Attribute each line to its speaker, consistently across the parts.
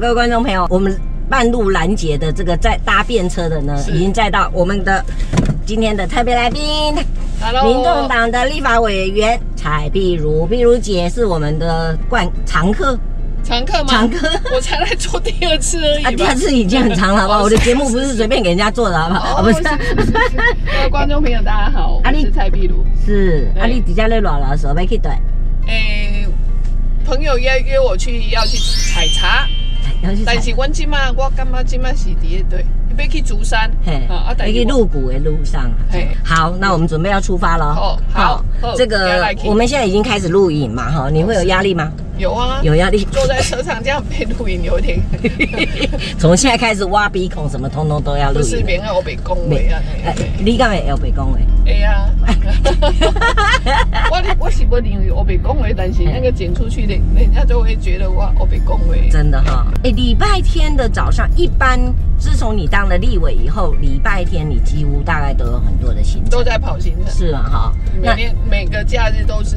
Speaker 1: 各位观众朋友，我们半路拦截的这个在搭便车的呢，
Speaker 2: 是
Speaker 1: 已经载到我们的今天的特别来宾，
Speaker 2: Hello，
Speaker 1: 民众党的立法委员蔡碧如，碧如姐是我们的惯常客，
Speaker 2: 常客吗？
Speaker 1: 常客
Speaker 2: 我才来做第二次而已
Speaker 1: 啊，
Speaker 2: 吧。
Speaker 1: 第二次已经很长了，好不 好？
Speaker 2: 哦
Speaker 1: 我的
Speaker 2: 是
Speaker 1: 节目不是随便给人家做的，好不
Speaker 2: 哦
Speaker 1: 好？啊，不是，
Speaker 2: 是是是各位观众朋友，大家好，
Speaker 1: 啊
Speaker 2: 我
Speaker 1: 你
Speaker 2: 是哎蔡壁如。
Speaker 1: 是啊，
Speaker 2: 对
Speaker 1: 你底下在软了手被去对，
Speaker 2: 诶，朋友约约我去要去采茶，
Speaker 1: 要去采
Speaker 2: 但是阮即马我感觉即马是伫咧对，要去竹山，啊
Speaker 1: 嘿，
Speaker 2: 但
Speaker 1: 要去
Speaker 2: 是我
Speaker 1: 入股的路上啊。
Speaker 2: 嘿，
Speaker 1: 好，那我们准备要出发了。
Speaker 2: 哦好好
Speaker 1: 这
Speaker 2: 要
Speaker 1: 个
Speaker 2: 来去
Speaker 1: 我们现在已经开始录影嘛，哈，你会有压力吗？
Speaker 2: 有啊，
Speaker 1: 有压力，
Speaker 2: 坐在车上这样被录影 有点，
Speaker 1: 从现在开始挖鼻孔，什么通通都要录
Speaker 2: 不是
Speaker 1: 影。
Speaker 2: 免啊，我被恭维啊，
Speaker 1: 哎，你敢会要被恭维？
Speaker 2: 会啊。 我我是不认为我被恭维，但是那个剪出去的，人家就会觉得我我被恭维。
Speaker 1: 真的哈、
Speaker 2: 嗯
Speaker 1: 哎，礼拜天的早上，一般自从你当了立委以后，礼拜天你几乎大概都有很多的行程，
Speaker 2: 都嗯在跑行程，
Speaker 1: 是吗？哈，
Speaker 2: 每天每个假日都是，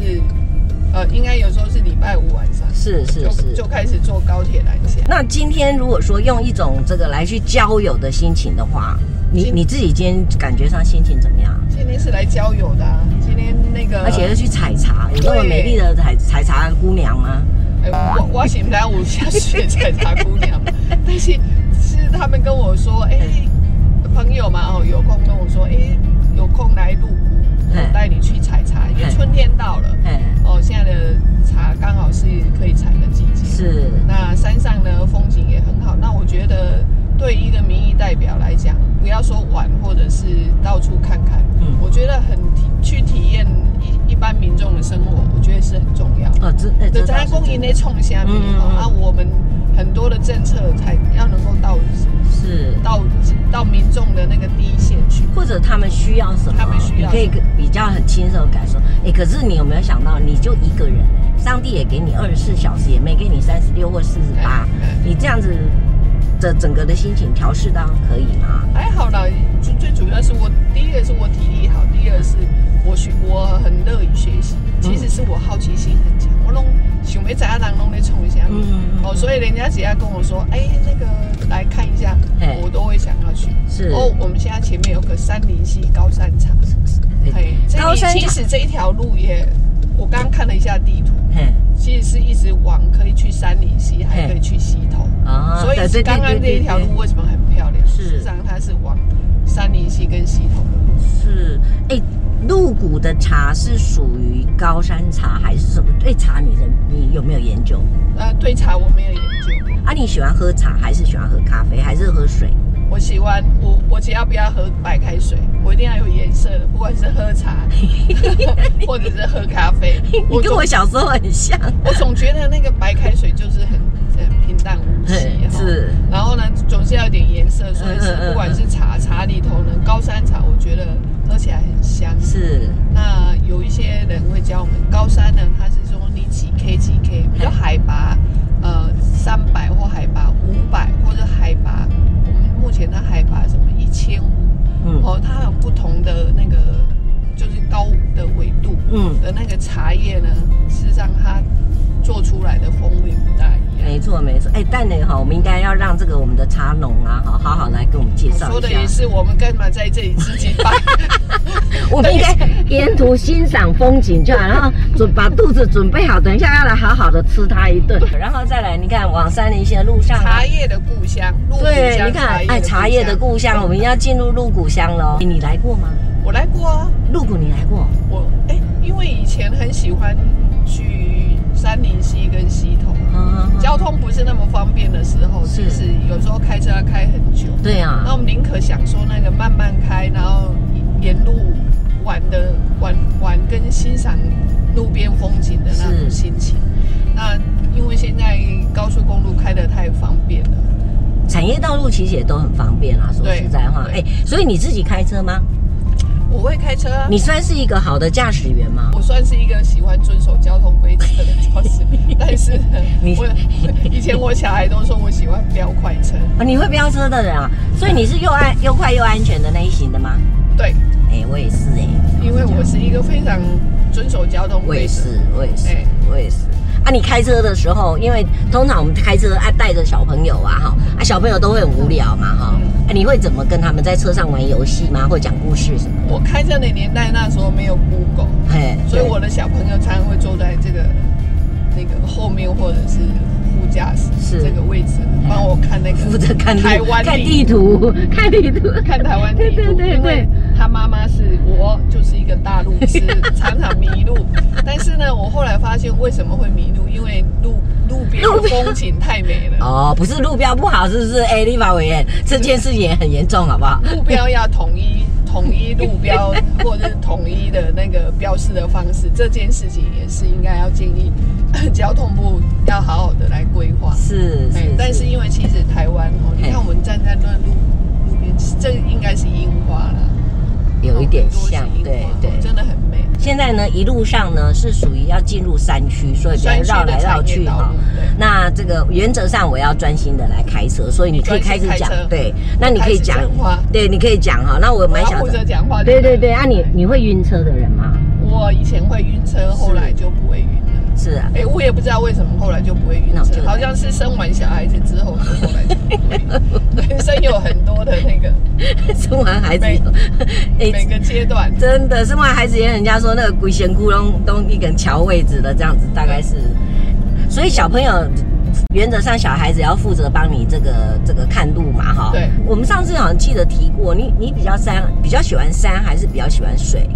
Speaker 2: 呃，应该有时候是礼拜五晚上，
Speaker 1: 是是
Speaker 2: 就是就。开始坐高铁来下。
Speaker 1: 那今天如果说用一种这个来去交友的心情的话，你
Speaker 2: 今
Speaker 1: 你自己今天感觉上心情怎么样？
Speaker 2: 今天是来郊游的、啊，今天那个，
Speaker 1: 而且要去采茶，有这么
Speaker 2: 对
Speaker 1: 美丽的采采茶姑娘吗？
Speaker 2: 哎、我我醒来我下雪采茶姑娘， 但是是他们跟我说，哎、朋友嘛哦，有空跟我说，哎、有空来鹿谷，我带你去采茶，因为
Speaker 1: 嘿
Speaker 2: 春天到了，
Speaker 1: 哎，
Speaker 2: 哦，现在的茶刚好是可以采的季节。
Speaker 1: 是
Speaker 2: 那山上呢风景也很好。那我觉得对一个民意代表来讲，不要说玩或者是到处看看，
Speaker 1: 嗯
Speaker 2: 我觉得很体去体验一一般民众的生活，我觉得是很重要。
Speaker 1: 哦，这哎这
Speaker 2: 对，
Speaker 1: 倒
Speaker 2: 在
Speaker 1: 是
Speaker 2: 公益
Speaker 1: 真的
Speaker 2: 内冲下面
Speaker 1: 嗯嗯嗯
Speaker 2: 啊，我们很多的政策才要能够到
Speaker 1: 是，
Speaker 2: 到到民众的那个第一线去。
Speaker 1: 或者他们需要什么，
Speaker 2: 他们需
Speaker 1: 你
Speaker 2: 要
Speaker 1: 可以比较很亲身地感受。哎，可是你有没有想到，你就一个人、哎，上帝也给你二十四小时，也没给你三十六或四十八，
Speaker 2: 嗯
Speaker 1: 你这样子的整个的心情调试到可以吗？
Speaker 2: 还好啦，最最主要是我第一个是我体力好，第二是我学我很乐于学习，
Speaker 1: 嗯
Speaker 2: 其实是我好奇心很强，我拢想要在当拢在冲一下，
Speaker 1: 嗯
Speaker 2: 嗯，
Speaker 1: 嗯
Speaker 2: 哦，所以人家只要跟我说，哎、那个来看一下
Speaker 1: 嘿，
Speaker 2: 我都会想要去。
Speaker 1: 是
Speaker 2: 哦，我们现在前面有个三林溪高山茶，
Speaker 1: 以
Speaker 2: 嘿，这
Speaker 1: 高
Speaker 2: 里
Speaker 1: 山茶
Speaker 2: 其实这一条路也，我刚刚看了一下地图，
Speaker 1: 嘿
Speaker 2: 其实是一直往可以去山林溪，还可以去溪头。
Speaker 1: 啊
Speaker 2: 所以刚刚这一条路为什么很漂亮？
Speaker 1: 是
Speaker 2: 事实上它是往三林溪跟溪头的路。
Speaker 1: 是，哎，鹿谷的茶是属于高山茶还是什么？对茶你人你有没有研究？
Speaker 2: 呃，对茶我没有研究，
Speaker 1: 啊，你喜欢喝茶还是喜欢喝咖啡还是喝水？
Speaker 2: 我喜欢我我只要不要喝白开水，我一定要有颜色的，不管是喝茶 或者是喝咖啡。
Speaker 1: 你跟
Speaker 2: 总
Speaker 1: 我小时候很像，
Speaker 2: 我总觉得那个白开水就是很很平淡无 奇
Speaker 1: 嘿
Speaker 2: 哈。
Speaker 1: 是
Speaker 2: 然后呢，总是要有点颜色，所以是
Speaker 1: 嗯嗯嗯
Speaker 2: 不管是茶茶里头呢，高山茶我觉得喝起来很香。
Speaker 1: 是
Speaker 2: 那有一些人会教我们，高山呢，它是说你几 K 几 K，比如海拔呃三百或海拔五百，或者海拔我们目前的海拔什么一千五，
Speaker 1: 嗯
Speaker 2: 哦，它有不同的那个就是高的纬度
Speaker 1: 嗯，
Speaker 2: 的那个茶叶呢，事实上它做出来的风味不大一样。
Speaker 1: 没错没错。哎，蛋呢哈，我们应该要让这个我们的茶农啊，哈，好好来给我们介
Speaker 2: 我
Speaker 1: 绍
Speaker 2: 说
Speaker 1: 一
Speaker 2: 的
Speaker 1: 下。
Speaker 2: 也是，我们干嘛在这里自己 摆？
Speaker 1: 我们应该沿途欣赏风景就好，然后准把肚子准备好，等一下要来好好的吃它一顿， 然后再来你看往山林线的路上、啊
Speaker 2: 茶。叶的故乡，鹿谷
Speaker 1: 对，
Speaker 2: 乡
Speaker 1: 你看，哎，茶叶的故乡，我们要进入鹿谷乡喽。你来过吗？
Speaker 2: 我来过啊。
Speaker 1: 鹿谷你来过？
Speaker 2: 我哎、因为以前很喜欢去山林溪跟溪头，
Speaker 1: 嗯，嗯嗯
Speaker 2: 交通不是那么方便的时候，
Speaker 1: 是
Speaker 2: 其实有时候开车要开很久，
Speaker 1: 对
Speaker 2: 那
Speaker 1: 啊，
Speaker 2: 我们宁可享受那个慢慢开，然后沿路玩的玩玩跟欣赏路边风景的那种
Speaker 1: 是
Speaker 2: 心情。那因为现在高速公路开得太方便了，
Speaker 1: 产业道路其实也都很方便啦。说
Speaker 2: 对
Speaker 1: 实在话，哎
Speaker 2: 对，
Speaker 1: 所以你自己开车吗？
Speaker 2: 我会开车、啊，
Speaker 1: 你算是一个好的驾驶员吗？
Speaker 2: 我算是一个喜欢遵守交通规则的教师，但是呢
Speaker 1: 你
Speaker 2: 我以前我小孩都说我喜欢飙快车，
Speaker 1: 啊，你会飙车的人啊，所以你是又安又快又安全的那一型的吗？
Speaker 2: 对，
Speaker 1: 哎，我也是哎，
Speaker 2: 因为我是一个非常遵守交通
Speaker 1: 我也
Speaker 2: 规则。
Speaker 1: 是，我也是
Speaker 2: 哎，
Speaker 1: 我也是。啊，你开车的时候，因为通常我们开车啊带着小朋友啊哈，啊小朋友都会很无聊嘛哈，啊你会怎么跟他们在车上玩游戏吗？或讲故事什么？
Speaker 2: 我开车的年代那时候没有 Google，
Speaker 1: 嘿，
Speaker 2: 所
Speaker 1: 对
Speaker 2: 以我的小朋友常常会坐在这个那个后面或者是副驾驶
Speaker 1: 是
Speaker 2: 这个位置
Speaker 1: 哎，
Speaker 2: 帮我看那 个
Speaker 1: 负责看地
Speaker 2: 台湾
Speaker 1: 看地
Speaker 2: 地
Speaker 1: 图， 看地图，
Speaker 2: 看台湾地
Speaker 1: 对
Speaker 2: 图，
Speaker 1: 对对
Speaker 2: 因为
Speaker 1: 对，
Speaker 2: 他妈妈是我就是一个大路痴，常常迷 路。但是呢，我后来发现为什么会迷路，因为路路边
Speaker 1: 路
Speaker 2: 的
Speaker 1: 边
Speaker 2: 风景太美了，
Speaker 1: 哦，不是路标不好，是不是？哎，立法委员，这件事情也很严重，好不好？
Speaker 2: 路标要 统一统一路标或者是统一的那个标示的方式，这件事情也是应该要建议呃交通部要好好的来规划。
Speaker 1: 是
Speaker 2: 哎
Speaker 1: 是，
Speaker 2: 但是因为其实台湾哦，你
Speaker 1: 哎
Speaker 2: 看我们站在那路路边，这应该是樱花了。
Speaker 1: 有一点像
Speaker 2: 很多，是樱
Speaker 1: 对
Speaker 2: 花哦
Speaker 1: 对。
Speaker 2: 真的很美。
Speaker 1: 现在呢，一路上呢是属于要进入山区，所以比较
Speaker 2: 山区
Speaker 1: 绕
Speaker 2: 的
Speaker 1: 来绕
Speaker 2: 产业
Speaker 1: 去
Speaker 2: 道
Speaker 1: 哈
Speaker 2: 路。对
Speaker 1: 那这个原则上我要专心的来开车，所以你可以开始
Speaker 2: 专心
Speaker 1: 讲
Speaker 2: 开车，
Speaker 1: 对，那你可以讲
Speaker 2: 开始讲话，
Speaker 1: 对，你可以讲哈。那我蛮
Speaker 2: 我要
Speaker 1: 想
Speaker 2: 负责
Speaker 1: 的，
Speaker 2: 讲话。
Speaker 1: 对
Speaker 2: 不
Speaker 1: 对对，啊你你会晕车的人吗？
Speaker 2: 我以前会晕车，后来就不会晕了。
Speaker 1: 是啊，
Speaker 2: 哎，我也不知道为什么后来就不会晕
Speaker 1: 那我就
Speaker 2: 车，好像是生完小孩子之后，就后来就不会 晕。人生有很多的那个
Speaker 1: 生完孩子
Speaker 2: 每
Speaker 1: 以后，
Speaker 2: 每
Speaker 1: 哎，
Speaker 2: 个阶段，
Speaker 1: 真的生完孩子以后，人家说那个鬼仙窟窿都一根桥位置的这样子，大概是，所以小朋友。原则上，小孩子要负责帮你这个这个看路嘛，哈。
Speaker 2: 对。
Speaker 1: 我们上次好像记得提过，你你比较山，比较喜欢山还是比较喜欢水？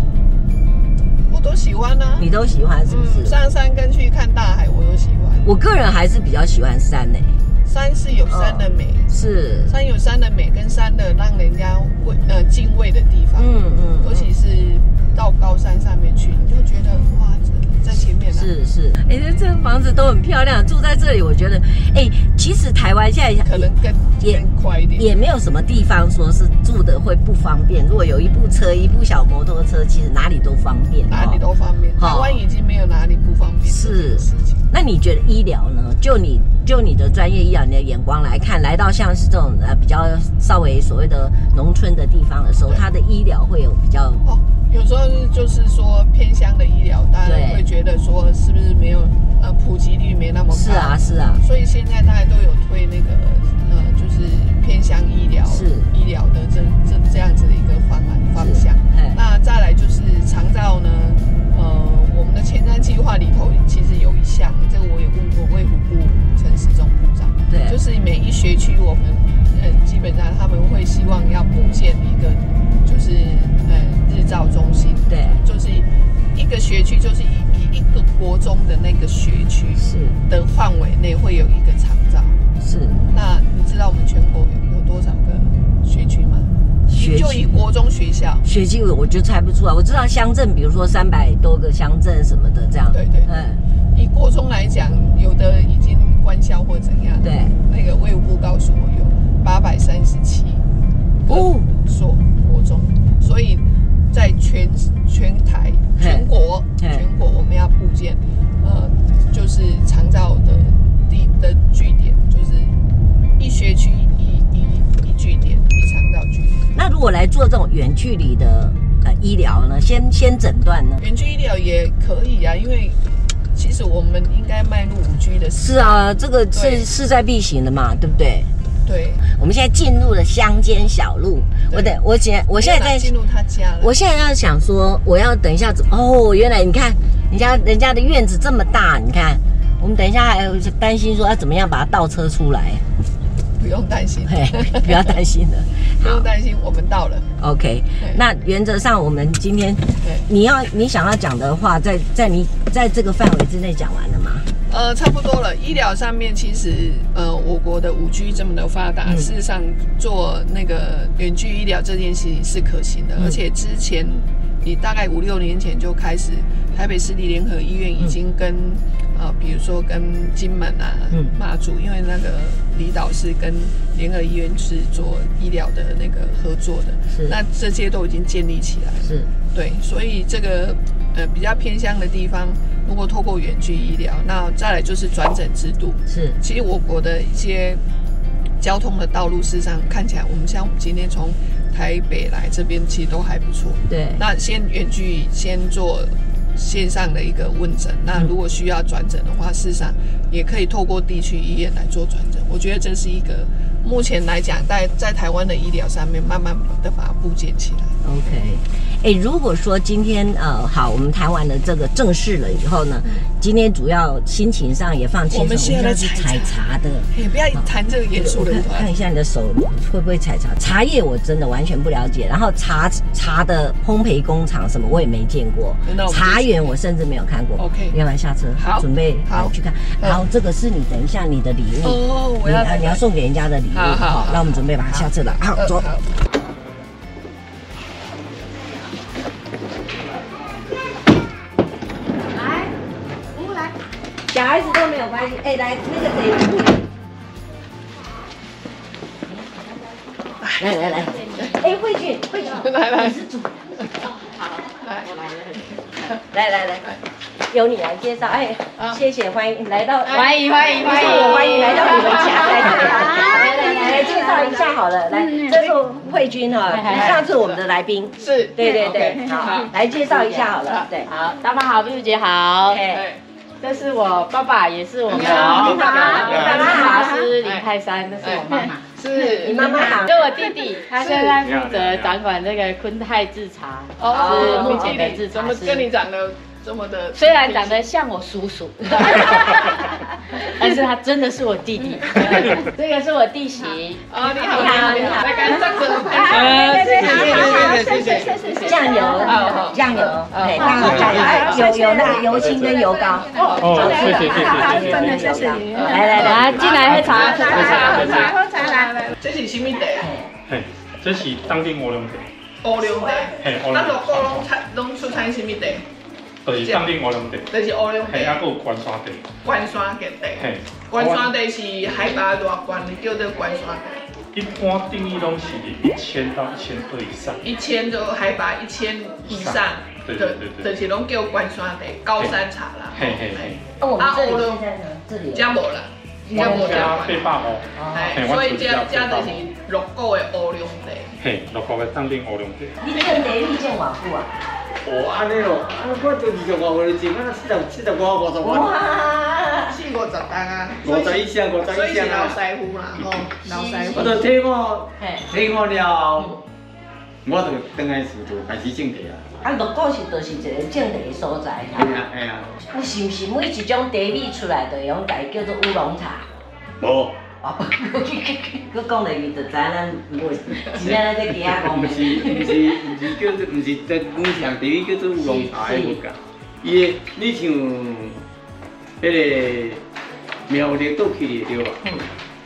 Speaker 2: 我都喜欢呢。
Speaker 1: 你都喜欢是不
Speaker 2: 嗯，
Speaker 1: 是？
Speaker 2: 上山跟去看大海，我都喜欢。
Speaker 1: 我个人还是比较喜欢山呢、
Speaker 2: 山是有山的美，
Speaker 1: 哦是，
Speaker 2: 山有山的美，跟山的让人家畏呃敬畏的地方。
Speaker 1: 嗯嗯，
Speaker 2: 尤其是到高山上面去，你就觉得哇，这在前面、啊、
Speaker 1: 是是，哎、这这房子都很漂亮，住在这里，我觉得，哎、其实台湾现在
Speaker 2: 可能更
Speaker 1: 也
Speaker 2: 更快一点。
Speaker 1: 也没有什么地方说是住的会不方便。如果有一部车、一部小摩托车，其实哪里都方便。
Speaker 2: 哪里
Speaker 1: 哦。
Speaker 2: 都方便，
Speaker 1: 哦
Speaker 2: 台湾已经没有哪里不方便
Speaker 1: 是
Speaker 2: 这件事情。
Speaker 1: 那你觉得医疗呢？就你就你的专业医疗你的眼光来看，来到像是这种呃比较稍微所谓的农村的地方的时候，
Speaker 2: 对
Speaker 1: 它的医疗会有比较
Speaker 2: 哦，有时候就是说偏乡的医疗，大家
Speaker 1: 对
Speaker 2: 会觉得说是不是没有呃普及率没那么高？
Speaker 1: 是啊，是啊，
Speaker 2: 所以现在大家都有推那个呃就是偏乡医疗
Speaker 1: 是
Speaker 2: 医疗的这这这样子的一个方案方
Speaker 1: 是
Speaker 2: 向。
Speaker 1: 哎
Speaker 2: 那再来就是长照呢，呃，我们的前瞻计划里头其实有一项，这个我也问过卫福部陈时中部长，
Speaker 1: 对
Speaker 2: 就是每一学区我们，呃，基本上他们会希望要布建一个，就是呃日照中心，
Speaker 1: 对
Speaker 2: 就是一个学区就是一一一个国中的那个学区
Speaker 1: 是
Speaker 2: 的范围内会有一个长照。
Speaker 1: 是
Speaker 2: 那你知道我们全国有有多少个学区吗？
Speaker 1: 学
Speaker 2: 就以
Speaker 1: 区
Speaker 2: 国中学校。
Speaker 1: 学区我就猜不出来，我知道乡镇，比如说三百多个乡镇什么的这样，
Speaker 2: 对对
Speaker 1: 嗯
Speaker 2: 以国中来讲，有的已经关校或怎样。，
Speaker 1: 对
Speaker 2: 那个卫武部告诉我有八百三十七
Speaker 1: 哦
Speaker 2: 所国中，所以在全全台、
Speaker 1: 嘿
Speaker 2: 全国、
Speaker 1: 嘿
Speaker 2: 全国我们要布建，呃，就是长照的地的据点，就是一学区一一一据点，一长照据点。
Speaker 1: 那如果来做这种远距离的呃医疗呢，先先诊断呢？
Speaker 2: 远距医疗也可以啊，因为其实我们应该迈入五 G 的时
Speaker 1: 是啊，这个
Speaker 2: 对
Speaker 1: 是势在必行的嘛，对不对？
Speaker 2: 对，
Speaker 1: 我们现在进入了乡间小路，
Speaker 2: 对
Speaker 1: 我等我现我
Speaker 2: 我
Speaker 1: 现在在
Speaker 2: 进，入他家了。
Speaker 1: 我现在要想说，我要等一下怎么？哦，原来你看人家人家的院子这么大，你看。我们等一下还有担心说要啊怎么样把它倒车出来，
Speaker 2: 不用担心，
Speaker 1: 嘿，不要担心了。
Speaker 2: 不用担心，我们到了。
Speaker 1: OK，
Speaker 2: 对
Speaker 1: 那原则上我们今天
Speaker 2: 对，
Speaker 1: 你要你想要讲的话，在在你在这个范围之内讲完了吗？
Speaker 2: 呃，差不多了。医疗上面，其实呃，我国的五 G 这么的发达，
Speaker 1: 嗯
Speaker 2: 事实上做那个远距医疗这件事情是可行的，
Speaker 1: 嗯
Speaker 2: 而且之前你大概五六年前就开始，台北市立联合医院已经跟、呃，比如说跟金门啊、
Speaker 1: 嗯
Speaker 2: 马祖，因为那个离岛是跟联合医院是做医疗的那个合作的，
Speaker 1: 是
Speaker 2: 那这些都已经建立起来了。
Speaker 1: 是
Speaker 2: 对，所以这个呃比较偏乡的地方，如果透过远距医疗，那再来就是转诊制度。
Speaker 1: 是
Speaker 2: 其实我国的一些交通的道路，事实上看起来，我们像我们今天从台北来这边，其实都还不错。
Speaker 1: 对
Speaker 2: 那先远距先做线上的一个问诊。那如果需要转诊的话，事实上也可以透过地区医院来做转诊。我觉得这是一个目前来讲，在在台湾的医疗上面，慢慢的把它部建起来。
Speaker 1: OK，哎，如果说今天呃好，我们谈完了这个正事了以后呢，今天主要心情上也放轻松，
Speaker 2: 嗯我们现在来
Speaker 1: 要去采
Speaker 2: 采
Speaker 1: 茶的。
Speaker 2: 也不要谈这个严肃的
Speaker 1: 我看看
Speaker 2: 话
Speaker 1: 一下你的手会不会采茶？茶叶我真的完全不了解，然后茶茶的烘焙工厂什么我也没见过
Speaker 2: 那，我们就
Speaker 1: 茶园我甚至没有看过。
Speaker 2: OK
Speaker 1: 要不要下车？
Speaker 2: 好
Speaker 1: 准备
Speaker 2: 好
Speaker 1: 呃去看。
Speaker 2: 嗯
Speaker 1: 然后这个是你等一下你的礼物，
Speaker 2: 哦，我
Speaker 1: 你
Speaker 2: 要
Speaker 1: 啊你要送给人家的礼物。
Speaker 2: 好好好
Speaker 1: 那我们准备把它下车了。好，
Speaker 2: 呃
Speaker 1: 走。
Speaker 2: 好
Speaker 1: 来，服务来，小孩子都没有关系。哎，来，那个谁。来来来，哎，慧君，慧君，
Speaker 2: 来来
Speaker 1: 你是主，
Speaker 2: 来
Speaker 1: 来来来，由你来介绍。哎
Speaker 2: 啊，哎
Speaker 1: 谢谢，欢迎来到，
Speaker 3: 欢迎欢迎欢
Speaker 1: 谢谢
Speaker 3: 迎，
Speaker 1: 欢迎来到你们家，来来来来来，介绍一下好了，来，这是慧君哈，
Speaker 3: 哎
Speaker 1: 上次我们的来宾，
Speaker 2: 是，
Speaker 1: 对对
Speaker 2: 嗯 OK，
Speaker 1: 对，好
Speaker 2: 好，，
Speaker 1: 来介绍一下好了，对，
Speaker 3: 好，大妈好，碧如姐好，
Speaker 1: 哎，
Speaker 2: 对
Speaker 3: 这是我爸爸，也是我们
Speaker 2: 你
Speaker 3: 的
Speaker 2: 好
Speaker 3: 那
Speaker 2: 你好
Speaker 3: 个理发师林泰山， 这是我妈妈，
Speaker 2: 是
Speaker 1: 你妈妈好
Speaker 3: 这，我弟弟，他现在负责掌管那个昆泰制茶，是
Speaker 2: 哦，
Speaker 3: 目前的制
Speaker 2: 怎
Speaker 3: 茶
Speaker 2: 么跟你
Speaker 3: 师。
Speaker 2: 长得这么的？
Speaker 3: 虽然长得像我叔叔，但是他真的是我弟弟。这个是我弟媳，
Speaker 2: 哦，你好，你好，你好，来，赶紧站着，
Speaker 3: 呃，
Speaker 2: 谢谢，谢谢，谢谢，谢谢。
Speaker 1: 酱油
Speaker 2: 好，
Speaker 1: 酱油，哎，刚好酱油，
Speaker 2: 好
Speaker 1: 哎有有那个油清跟油膏，
Speaker 4: 哦谢谢谢谢
Speaker 1: 真的谢谢，来来来，
Speaker 3: 来进来喝茶，
Speaker 2: 喝
Speaker 3: 喝茶
Speaker 2: 茶，。喝茶，喝茶，来来，这是什么茶？
Speaker 4: 嘿，这是当地乌龙茶，
Speaker 2: 乌龙茶。咱六个拢产，拢出产什么茶？
Speaker 4: 就是当地乌龙茶，
Speaker 2: 就是乌龙
Speaker 4: 嘿，还
Speaker 2: 茶，
Speaker 4: 佫有关山茶，
Speaker 2: 关山嘅茶。
Speaker 4: 嘿，
Speaker 2: 关山茶是海拔偌高，你叫做关山茶。
Speaker 4: 一般定义拢是一千到一千二以上，
Speaker 2: 一千就海拔一千以上，就是拢叫关山茶，高山茶啦。
Speaker 4: 嘿嘿嘿，
Speaker 1: 那我们
Speaker 2: 啊
Speaker 1: 这里
Speaker 2: 我的
Speaker 1: 现在呢？这里
Speaker 2: 加无啦，加无加
Speaker 4: 加八百五，
Speaker 2: 哎，所以加加就是六个的乌龙茶。
Speaker 4: 嘿，六个的当地乌龙茶，
Speaker 1: 你见雷利见瓦布啊？
Speaker 5: 哦，安尼咯，啊，我都二十外岁钱，我四十四十外五十万，
Speaker 1: 哇，
Speaker 2: 四五十单啊，
Speaker 5: 五十以上，五
Speaker 2: 所
Speaker 5: 十
Speaker 2: 以哦
Speaker 5: 以
Speaker 2: 是
Speaker 5: 上
Speaker 2: 老
Speaker 5: 啊
Speaker 2: 师。傅啦，吼，老师
Speaker 5: 我
Speaker 2: 傅。
Speaker 5: 就退我，
Speaker 1: 嘿，
Speaker 5: 退我了后，我就等来厝就开始种地啊。
Speaker 1: 啊，六股是就是一个种地的所在
Speaker 5: 哎
Speaker 1: 哈。
Speaker 5: 呀哎呀，
Speaker 1: 你是不是每一种茶米出来的，用家叫做乌龙茶？
Speaker 5: 无，
Speaker 1: 哦，佮讲落去就知咱袂，真正咱在其他讲
Speaker 5: 毋
Speaker 1: 的。
Speaker 5: 是毋是毋是叫做毋是在工厂地里叫做乌龙茶的物件。伊的你像迄个苗栗倒去的对吧？
Speaker 1: 嗯，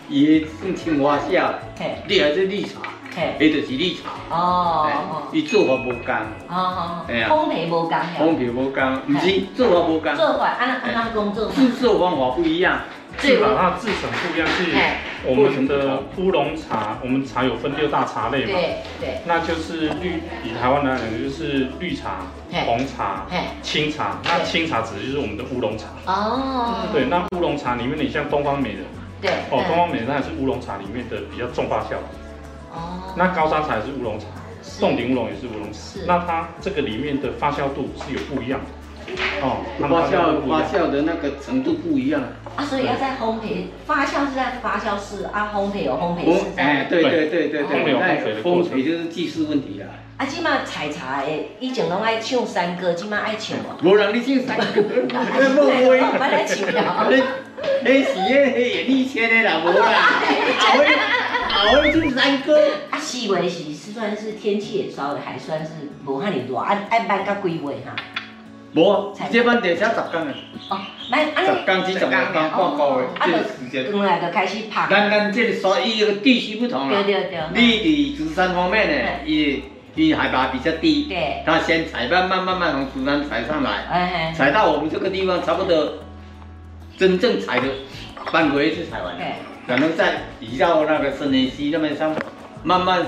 Speaker 5: 伊的算青蛙写的，
Speaker 1: 嘿，
Speaker 5: 啊你还是绿茶，
Speaker 1: 嘿，
Speaker 5: 迄就是绿茶。
Speaker 1: 哦
Speaker 5: 伊做法无共，
Speaker 1: 哦哦，
Speaker 5: 哎呀
Speaker 1: 烘焙无共
Speaker 5: 方
Speaker 1: 遐，
Speaker 5: 法无共，毋是做法无共，
Speaker 1: 哎做法安那安那工作法，
Speaker 5: 制作方法不一样。
Speaker 4: 基本上制成不一样，是
Speaker 1: 哎
Speaker 4: 我们的乌龙茶，我们茶有分六大茶类嘛，
Speaker 1: 对对，
Speaker 4: 那就是绿，以台湾来讲就是绿茶、
Speaker 1: 嘿
Speaker 4: 红茶、
Speaker 1: 嘿，
Speaker 4: 清茶，那清茶指的就是我们的乌龙茶。
Speaker 1: 哦，
Speaker 4: 对，那乌龙茶里面，你像东方美人，
Speaker 1: 对，
Speaker 4: 哦，东方美人它也是乌龙茶里面的比较重发酵。
Speaker 1: 哦，
Speaker 4: 那高山茶也是乌龙茶，
Speaker 1: 是
Speaker 4: 洞顶乌龙也是乌龙茶
Speaker 1: 是。
Speaker 4: 那它这个里面的发酵度是有不一样的，哦，它们
Speaker 5: 发
Speaker 4: 度
Speaker 5: 酵
Speaker 4: 不一
Speaker 5: 发
Speaker 4: 样。
Speaker 5: 酵的那个程度不一样。
Speaker 1: 啊，所以要在烘焙发酵是在发酵室啊，烘焙有烘焙
Speaker 5: 我
Speaker 1: 室
Speaker 5: 哎，
Speaker 1: 在。
Speaker 5: 对对对对
Speaker 4: 烘焙有
Speaker 5: 对，
Speaker 4: 烘焙的过
Speaker 5: 烘
Speaker 4: 程
Speaker 5: 焙就是技术问题啦。
Speaker 1: 啊，即马采茶的以前拢爱唱山歌，即马爱唱哦。
Speaker 5: 无人你进三个，无
Speaker 1: 我
Speaker 5: 位。
Speaker 1: 来唱了。
Speaker 5: 你你哎是迄个演艺圈的啦，无啦。
Speaker 1: 哎
Speaker 5: 后尾后尾进三哥，
Speaker 1: 啊，四月是是算是天气也稍微还算是无遐尼热，按按办到几月哈？
Speaker 5: 无，这班地才十工的，
Speaker 1: 哦，咱安
Speaker 5: 十
Speaker 1: 尼
Speaker 5: 工至十五工报告的这个时间。
Speaker 1: 转来就开始拍。
Speaker 5: 咱咱这个所以个地区不同啦
Speaker 1: 哦对。对对。
Speaker 5: 你伫竹山方面呢，伊伊海拔比较低，
Speaker 1: 对，
Speaker 5: 它先采慢慢慢慢从竹山采上来，
Speaker 1: 哎嘿。
Speaker 5: 采到我们这个地方差不多，真正采的半个月就采完了，
Speaker 1: 对，
Speaker 5: 然后再移到那个深圳溪那边上，慢慢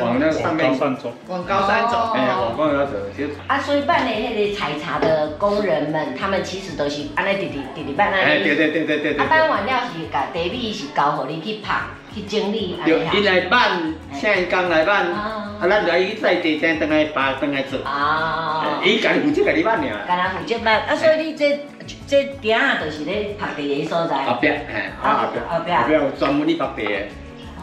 Speaker 5: 往那上
Speaker 4: 往
Speaker 5: 面
Speaker 4: 高，山走，
Speaker 2: 往高山走。
Speaker 5: 哎，往高山走，就
Speaker 6: 啊，所以办的那个采茶的工人们，他们其实都是安尼直直直直办安尼。
Speaker 5: 哎，对对对对对对
Speaker 6: 啊，办
Speaker 5: 对。
Speaker 6: 完了是甲茶米是交互你去拍去整理安
Speaker 5: 对，伊
Speaker 6: 尼
Speaker 5: 来办，请伊工来办，
Speaker 6: 啊
Speaker 5: 啊，咱就伊在地站等来拔，等来做
Speaker 6: 啊。，
Speaker 1: 哦
Speaker 6: 啊，
Speaker 5: 伊家己负责家己办尔，
Speaker 6: 干那负责办啊，所以你这这鼎啊，就是咧拍茶的所在。
Speaker 5: 后壁，嘿，啊
Speaker 6: 后
Speaker 5: 后
Speaker 6: 壁
Speaker 5: 壁，后壁有专门咧白地的。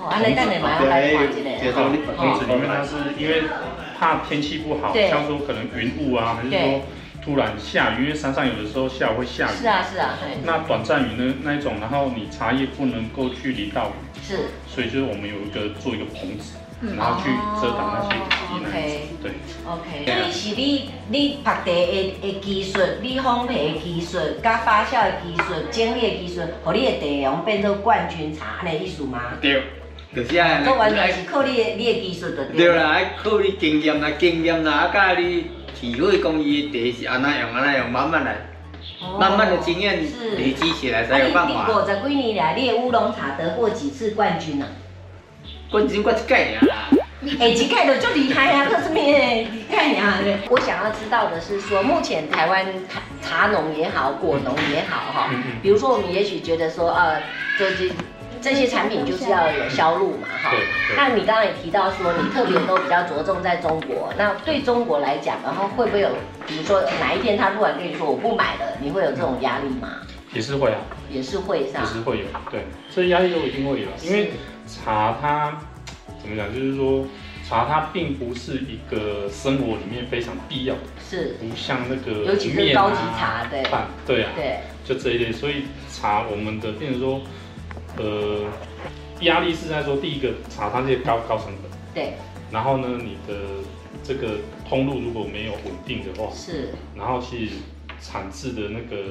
Speaker 6: 哦，
Speaker 1: 哎
Speaker 6: 安尼等下嘛要来看一
Speaker 5: 对
Speaker 6: 下。
Speaker 5: 对对
Speaker 4: 房哦子里面
Speaker 5: 哦
Speaker 4: 它是因为怕天气不好，
Speaker 6: 对
Speaker 4: 像说可能云雾啊，还是
Speaker 6: 对
Speaker 4: 说突然下雨，因为山上有的时候下午会下
Speaker 6: 是
Speaker 4: 雨，
Speaker 6: 啊是啊，对，
Speaker 4: 那短暂雨呢那一种，然后你茶叶不能够去淋到雨，
Speaker 6: 是。
Speaker 4: 所以就是我们有一个做一个棚子，然啊后去遮挡那些雨
Speaker 6: 嗯哦
Speaker 4: 那一
Speaker 6: OK
Speaker 4: 种，对。
Speaker 6: OK，
Speaker 5: 对啊
Speaker 6: 所以是你你拍茶的的技术，你烘焙的技术，甲发酵的技术，整理的技术，互你的茶红变做冠军茶，安尼意思吗？
Speaker 5: 对，就是安尼
Speaker 6: 这完全是靠你的你的技术就对
Speaker 5: 对
Speaker 6: 了。
Speaker 5: 啦，爱靠你经验啦，经验啦，啊，甲你体会讲伊的茶是安那用安那用，慢慢来，
Speaker 6: 哦
Speaker 5: 慢慢的经验
Speaker 6: 是
Speaker 5: 累积起来
Speaker 6: 啊，
Speaker 5: 才
Speaker 6: 你
Speaker 5: 有办
Speaker 6: 你
Speaker 5: 法。
Speaker 6: 五十几年来，你的乌龙茶得过几次冠军啊？
Speaker 5: 冠军我一届尔啦，
Speaker 6: 哎，一届就就厉害啊，这是咩？你看呀，我想要知道的是说，目前台湾茶茶农也好，果农也好，哈
Speaker 4: 嗯嗯，
Speaker 6: 比如说我们也许觉得说，呃，就是这些产品就是要有销路嘛，哈
Speaker 4: 对对。
Speaker 6: 那你刚刚也提到说，你特别都比较着重在中国，那对中国来讲，然后会不会有，比如说哪一天他突然跟你说我不买了，你会有这种压力吗？
Speaker 4: 也是会啊，
Speaker 6: 也是啊会上
Speaker 4: 也，是会有，对，所以压力都一定会有，因为茶它怎么讲，就是说茶它并不是一个生活里面非常必要的，
Speaker 6: 是，
Speaker 4: 不像那个
Speaker 6: 尤其是
Speaker 4: 面啊
Speaker 6: 高级茶对
Speaker 4: 饭对啊，
Speaker 6: 对，
Speaker 4: 就这一类，所以茶我们的变成说，呃，压力是在说第一个茶它是高高成本，
Speaker 6: 对，
Speaker 4: 然后呢你的这个通路如果没有稳定的话，
Speaker 6: 是
Speaker 4: 然后其实产制的那个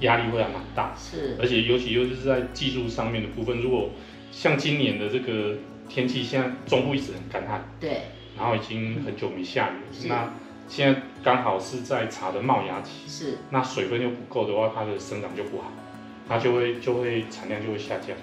Speaker 4: 压力会还蛮大的。
Speaker 6: 是。
Speaker 4: 而且尤其又是在技术上面的部分，如果像今年的这个天气，现在中部一直很干旱，
Speaker 6: 对，
Speaker 4: 然后已经很久没下雨了
Speaker 6: 是，
Speaker 4: 那现在刚好是在茶的冒芽期，
Speaker 6: 是
Speaker 4: 那水分又不够的话，它的生长就不好，它就会就会产量就会下降。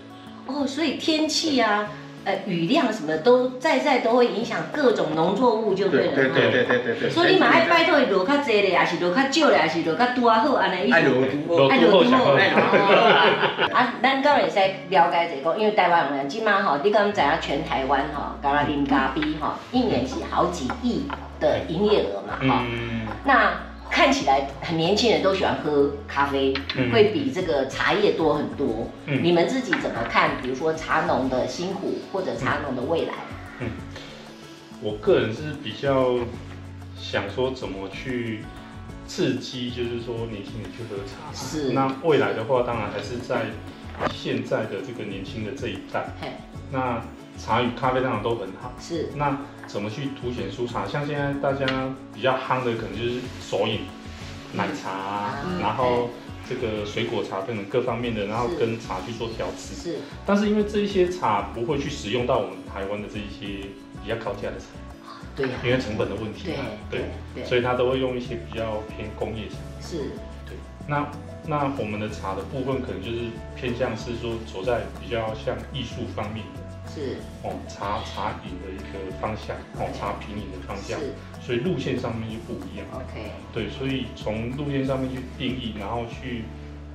Speaker 6: 哦，所以天气啊，呃，雨量什么的都在在都会影响各种农作物，就对了。
Speaker 5: 对对对对对对。
Speaker 6: 所以你嘛爱拜托伊落较济咧，还是落较少咧，还是落较拄啊好安尼意
Speaker 5: 爱
Speaker 6: 思。
Speaker 5: 落
Speaker 4: 落
Speaker 5: 土
Speaker 4: 土后想
Speaker 5: 爱
Speaker 4: 喝，
Speaker 6: 哦啊，咱敢会使了解者讲，因为台湾人啊即马吼，你敢知影全台湾吼，敢若啉咖啡吼，一年是好几亿的营业额嘛哈、
Speaker 4: 嗯，
Speaker 6: 那看起来很年轻人都喜欢喝咖啡，
Speaker 4: 嗯
Speaker 6: 会比这个茶叶多很多。
Speaker 4: 嗯
Speaker 6: 你们自己怎么看？比如说茶农的辛苦，或者茶农的未来？
Speaker 4: 我个人是比较想说怎么去刺激，就是说年轻人去喝茶。
Speaker 6: 是
Speaker 4: 那未来的话，当然还是在现在的这个年轻的这一代。
Speaker 6: 嘿，
Speaker 4: 那茶与咖啡当然都很好。
Speaker 6: 是
Speaker 4: 那怎么去凸显出茶？像现在大家比较夯的，可能就是手饮、奶茶啊、
Speaker 6: 嗯
Speaker 4: 然后这个水果茶等等各方面的，然后
Speaker 6: 是
Speaker 4: 跟茶去做调制。
Speaker 6: 是
Speaker 4: 但是因为这一些茶不会去使用到我们台湾的这一些比较高价的茶。
Speaker 6: 对呀、
Speaker 4: 因为成本的问题嘛，
Speaker 6: 对对对
Speaker 4: 所以它都会用一些比较偏工业型。
Speaker 6: 是
Speaker 4: 对，那那我们的茶的部分可能就是偏向是说走在比较像艺术方面的
Speaker 6: 是
Speaker 4: 哦，茶茶饮的一个方向哦，茶品饮的方向，
Speaker 6: 是
Speaker 4: 所以路线上面就不一样。
Speaker 6: ，OK，
Speaker 4: 对，所以从路线上面去定义，然后去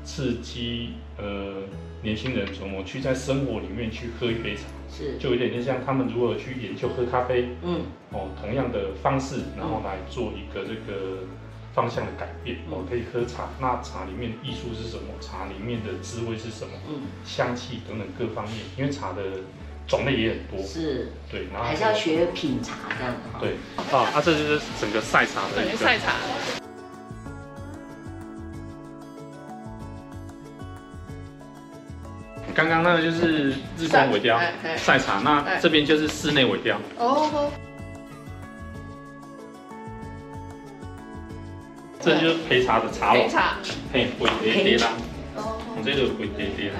Speaker 4: 刺激呃年轻人怎么去在生活里面去喝一杯茶，
Speaker 6: 是
Speaker 4: 就有点像他们如何去研究喝咖啡，
Speaker 6: 嗯
Speaker 4: 哦，同样的方式，然后来做一个这个方向的改变。
Speaker 6: 嗯
Speaker 4: 哦，可以喝茶，那茶里面的艺术是什么？茶里面的滋味是什么？
Speaker 6: 嗯
Speaker 4: 香气等等各方面，因为茶的种类也很多，
Speaker 6: 是，
Speaker 4: 对，然后
Speaker 6: 还是要学品茶这样哈。
Speaker 4: 对，啊，啊，这就是整个晒茶的
Speaker 2: 整
Speaker 4: 一
Speaker 2: 个
Speaker 4: 个
Speaker 2: 晒茶，
Speaker 4: 刚刚那个就是日光尾雕
Speaker 2: 晒哎哎
Speaker 4: 晒茶，那
Speaker 2: 哎
Speaker 4: 这边就是室内尾雕。
Speaker 2: 哦，
Speaker 4: 这就是陪茶的茶
Speaker 2: 黑
Speaker 4: 楼，
Speaker 2: 哎茶，
Speaker 4: 嘿，鬼爹爹啦，我
Speaker 2: 哦，
Speaker 4: 这就是鬼爹爹啦。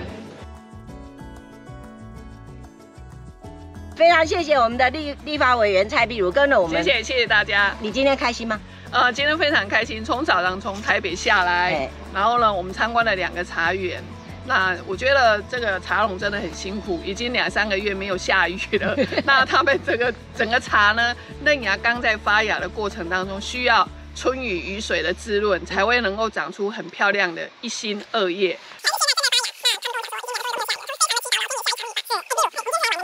Speaker 6: 非常谢谢我们的立立法委员蔡碧如跟着我
Speaker 2: 谢
Speaker 6: 们。
Speaker 2: 谢谢谢大家。
Speaker 6: 你今天开心吗？
Speaker 2: 呃，今天非常开心，从早上从台北下来
Speaker 6: 哎，
Speaker 2: 然后呢，我们参观了两个茶园，那我觉得这个茶农真的很辛苦，已经两三个月没有下雨 了。那他们这个整个茶呢，嫩芽刚在发芽的过程当中，需要春雨雨水的滋润，才会能够长出很漂亮的一心二叶。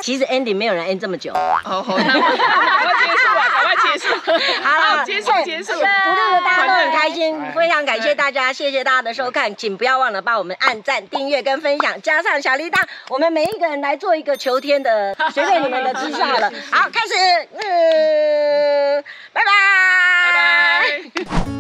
Speaker 1: 其实 Andy 没有人 end 这么久，
Speaker 2: 哦， 好，那我赶快结束啊，赶快结束。
Speaker 1: 好了
Speaker 2: 好，结束
Speaker 1: 对
Speaker 2: 结束。
Speaker 1: 不录了，大家都很开心
Speaker 5: 哎，
Speaker 1: 非常感谢大家，谢谢大家的收看，请不要忘了帮我们按赞、订阅跟分享，加上小铃铛，我们每一个人来做一个求天的， 随便你们的姿势好了。好，开始，嗯，拜拜，
Speaker 2: 拜拜。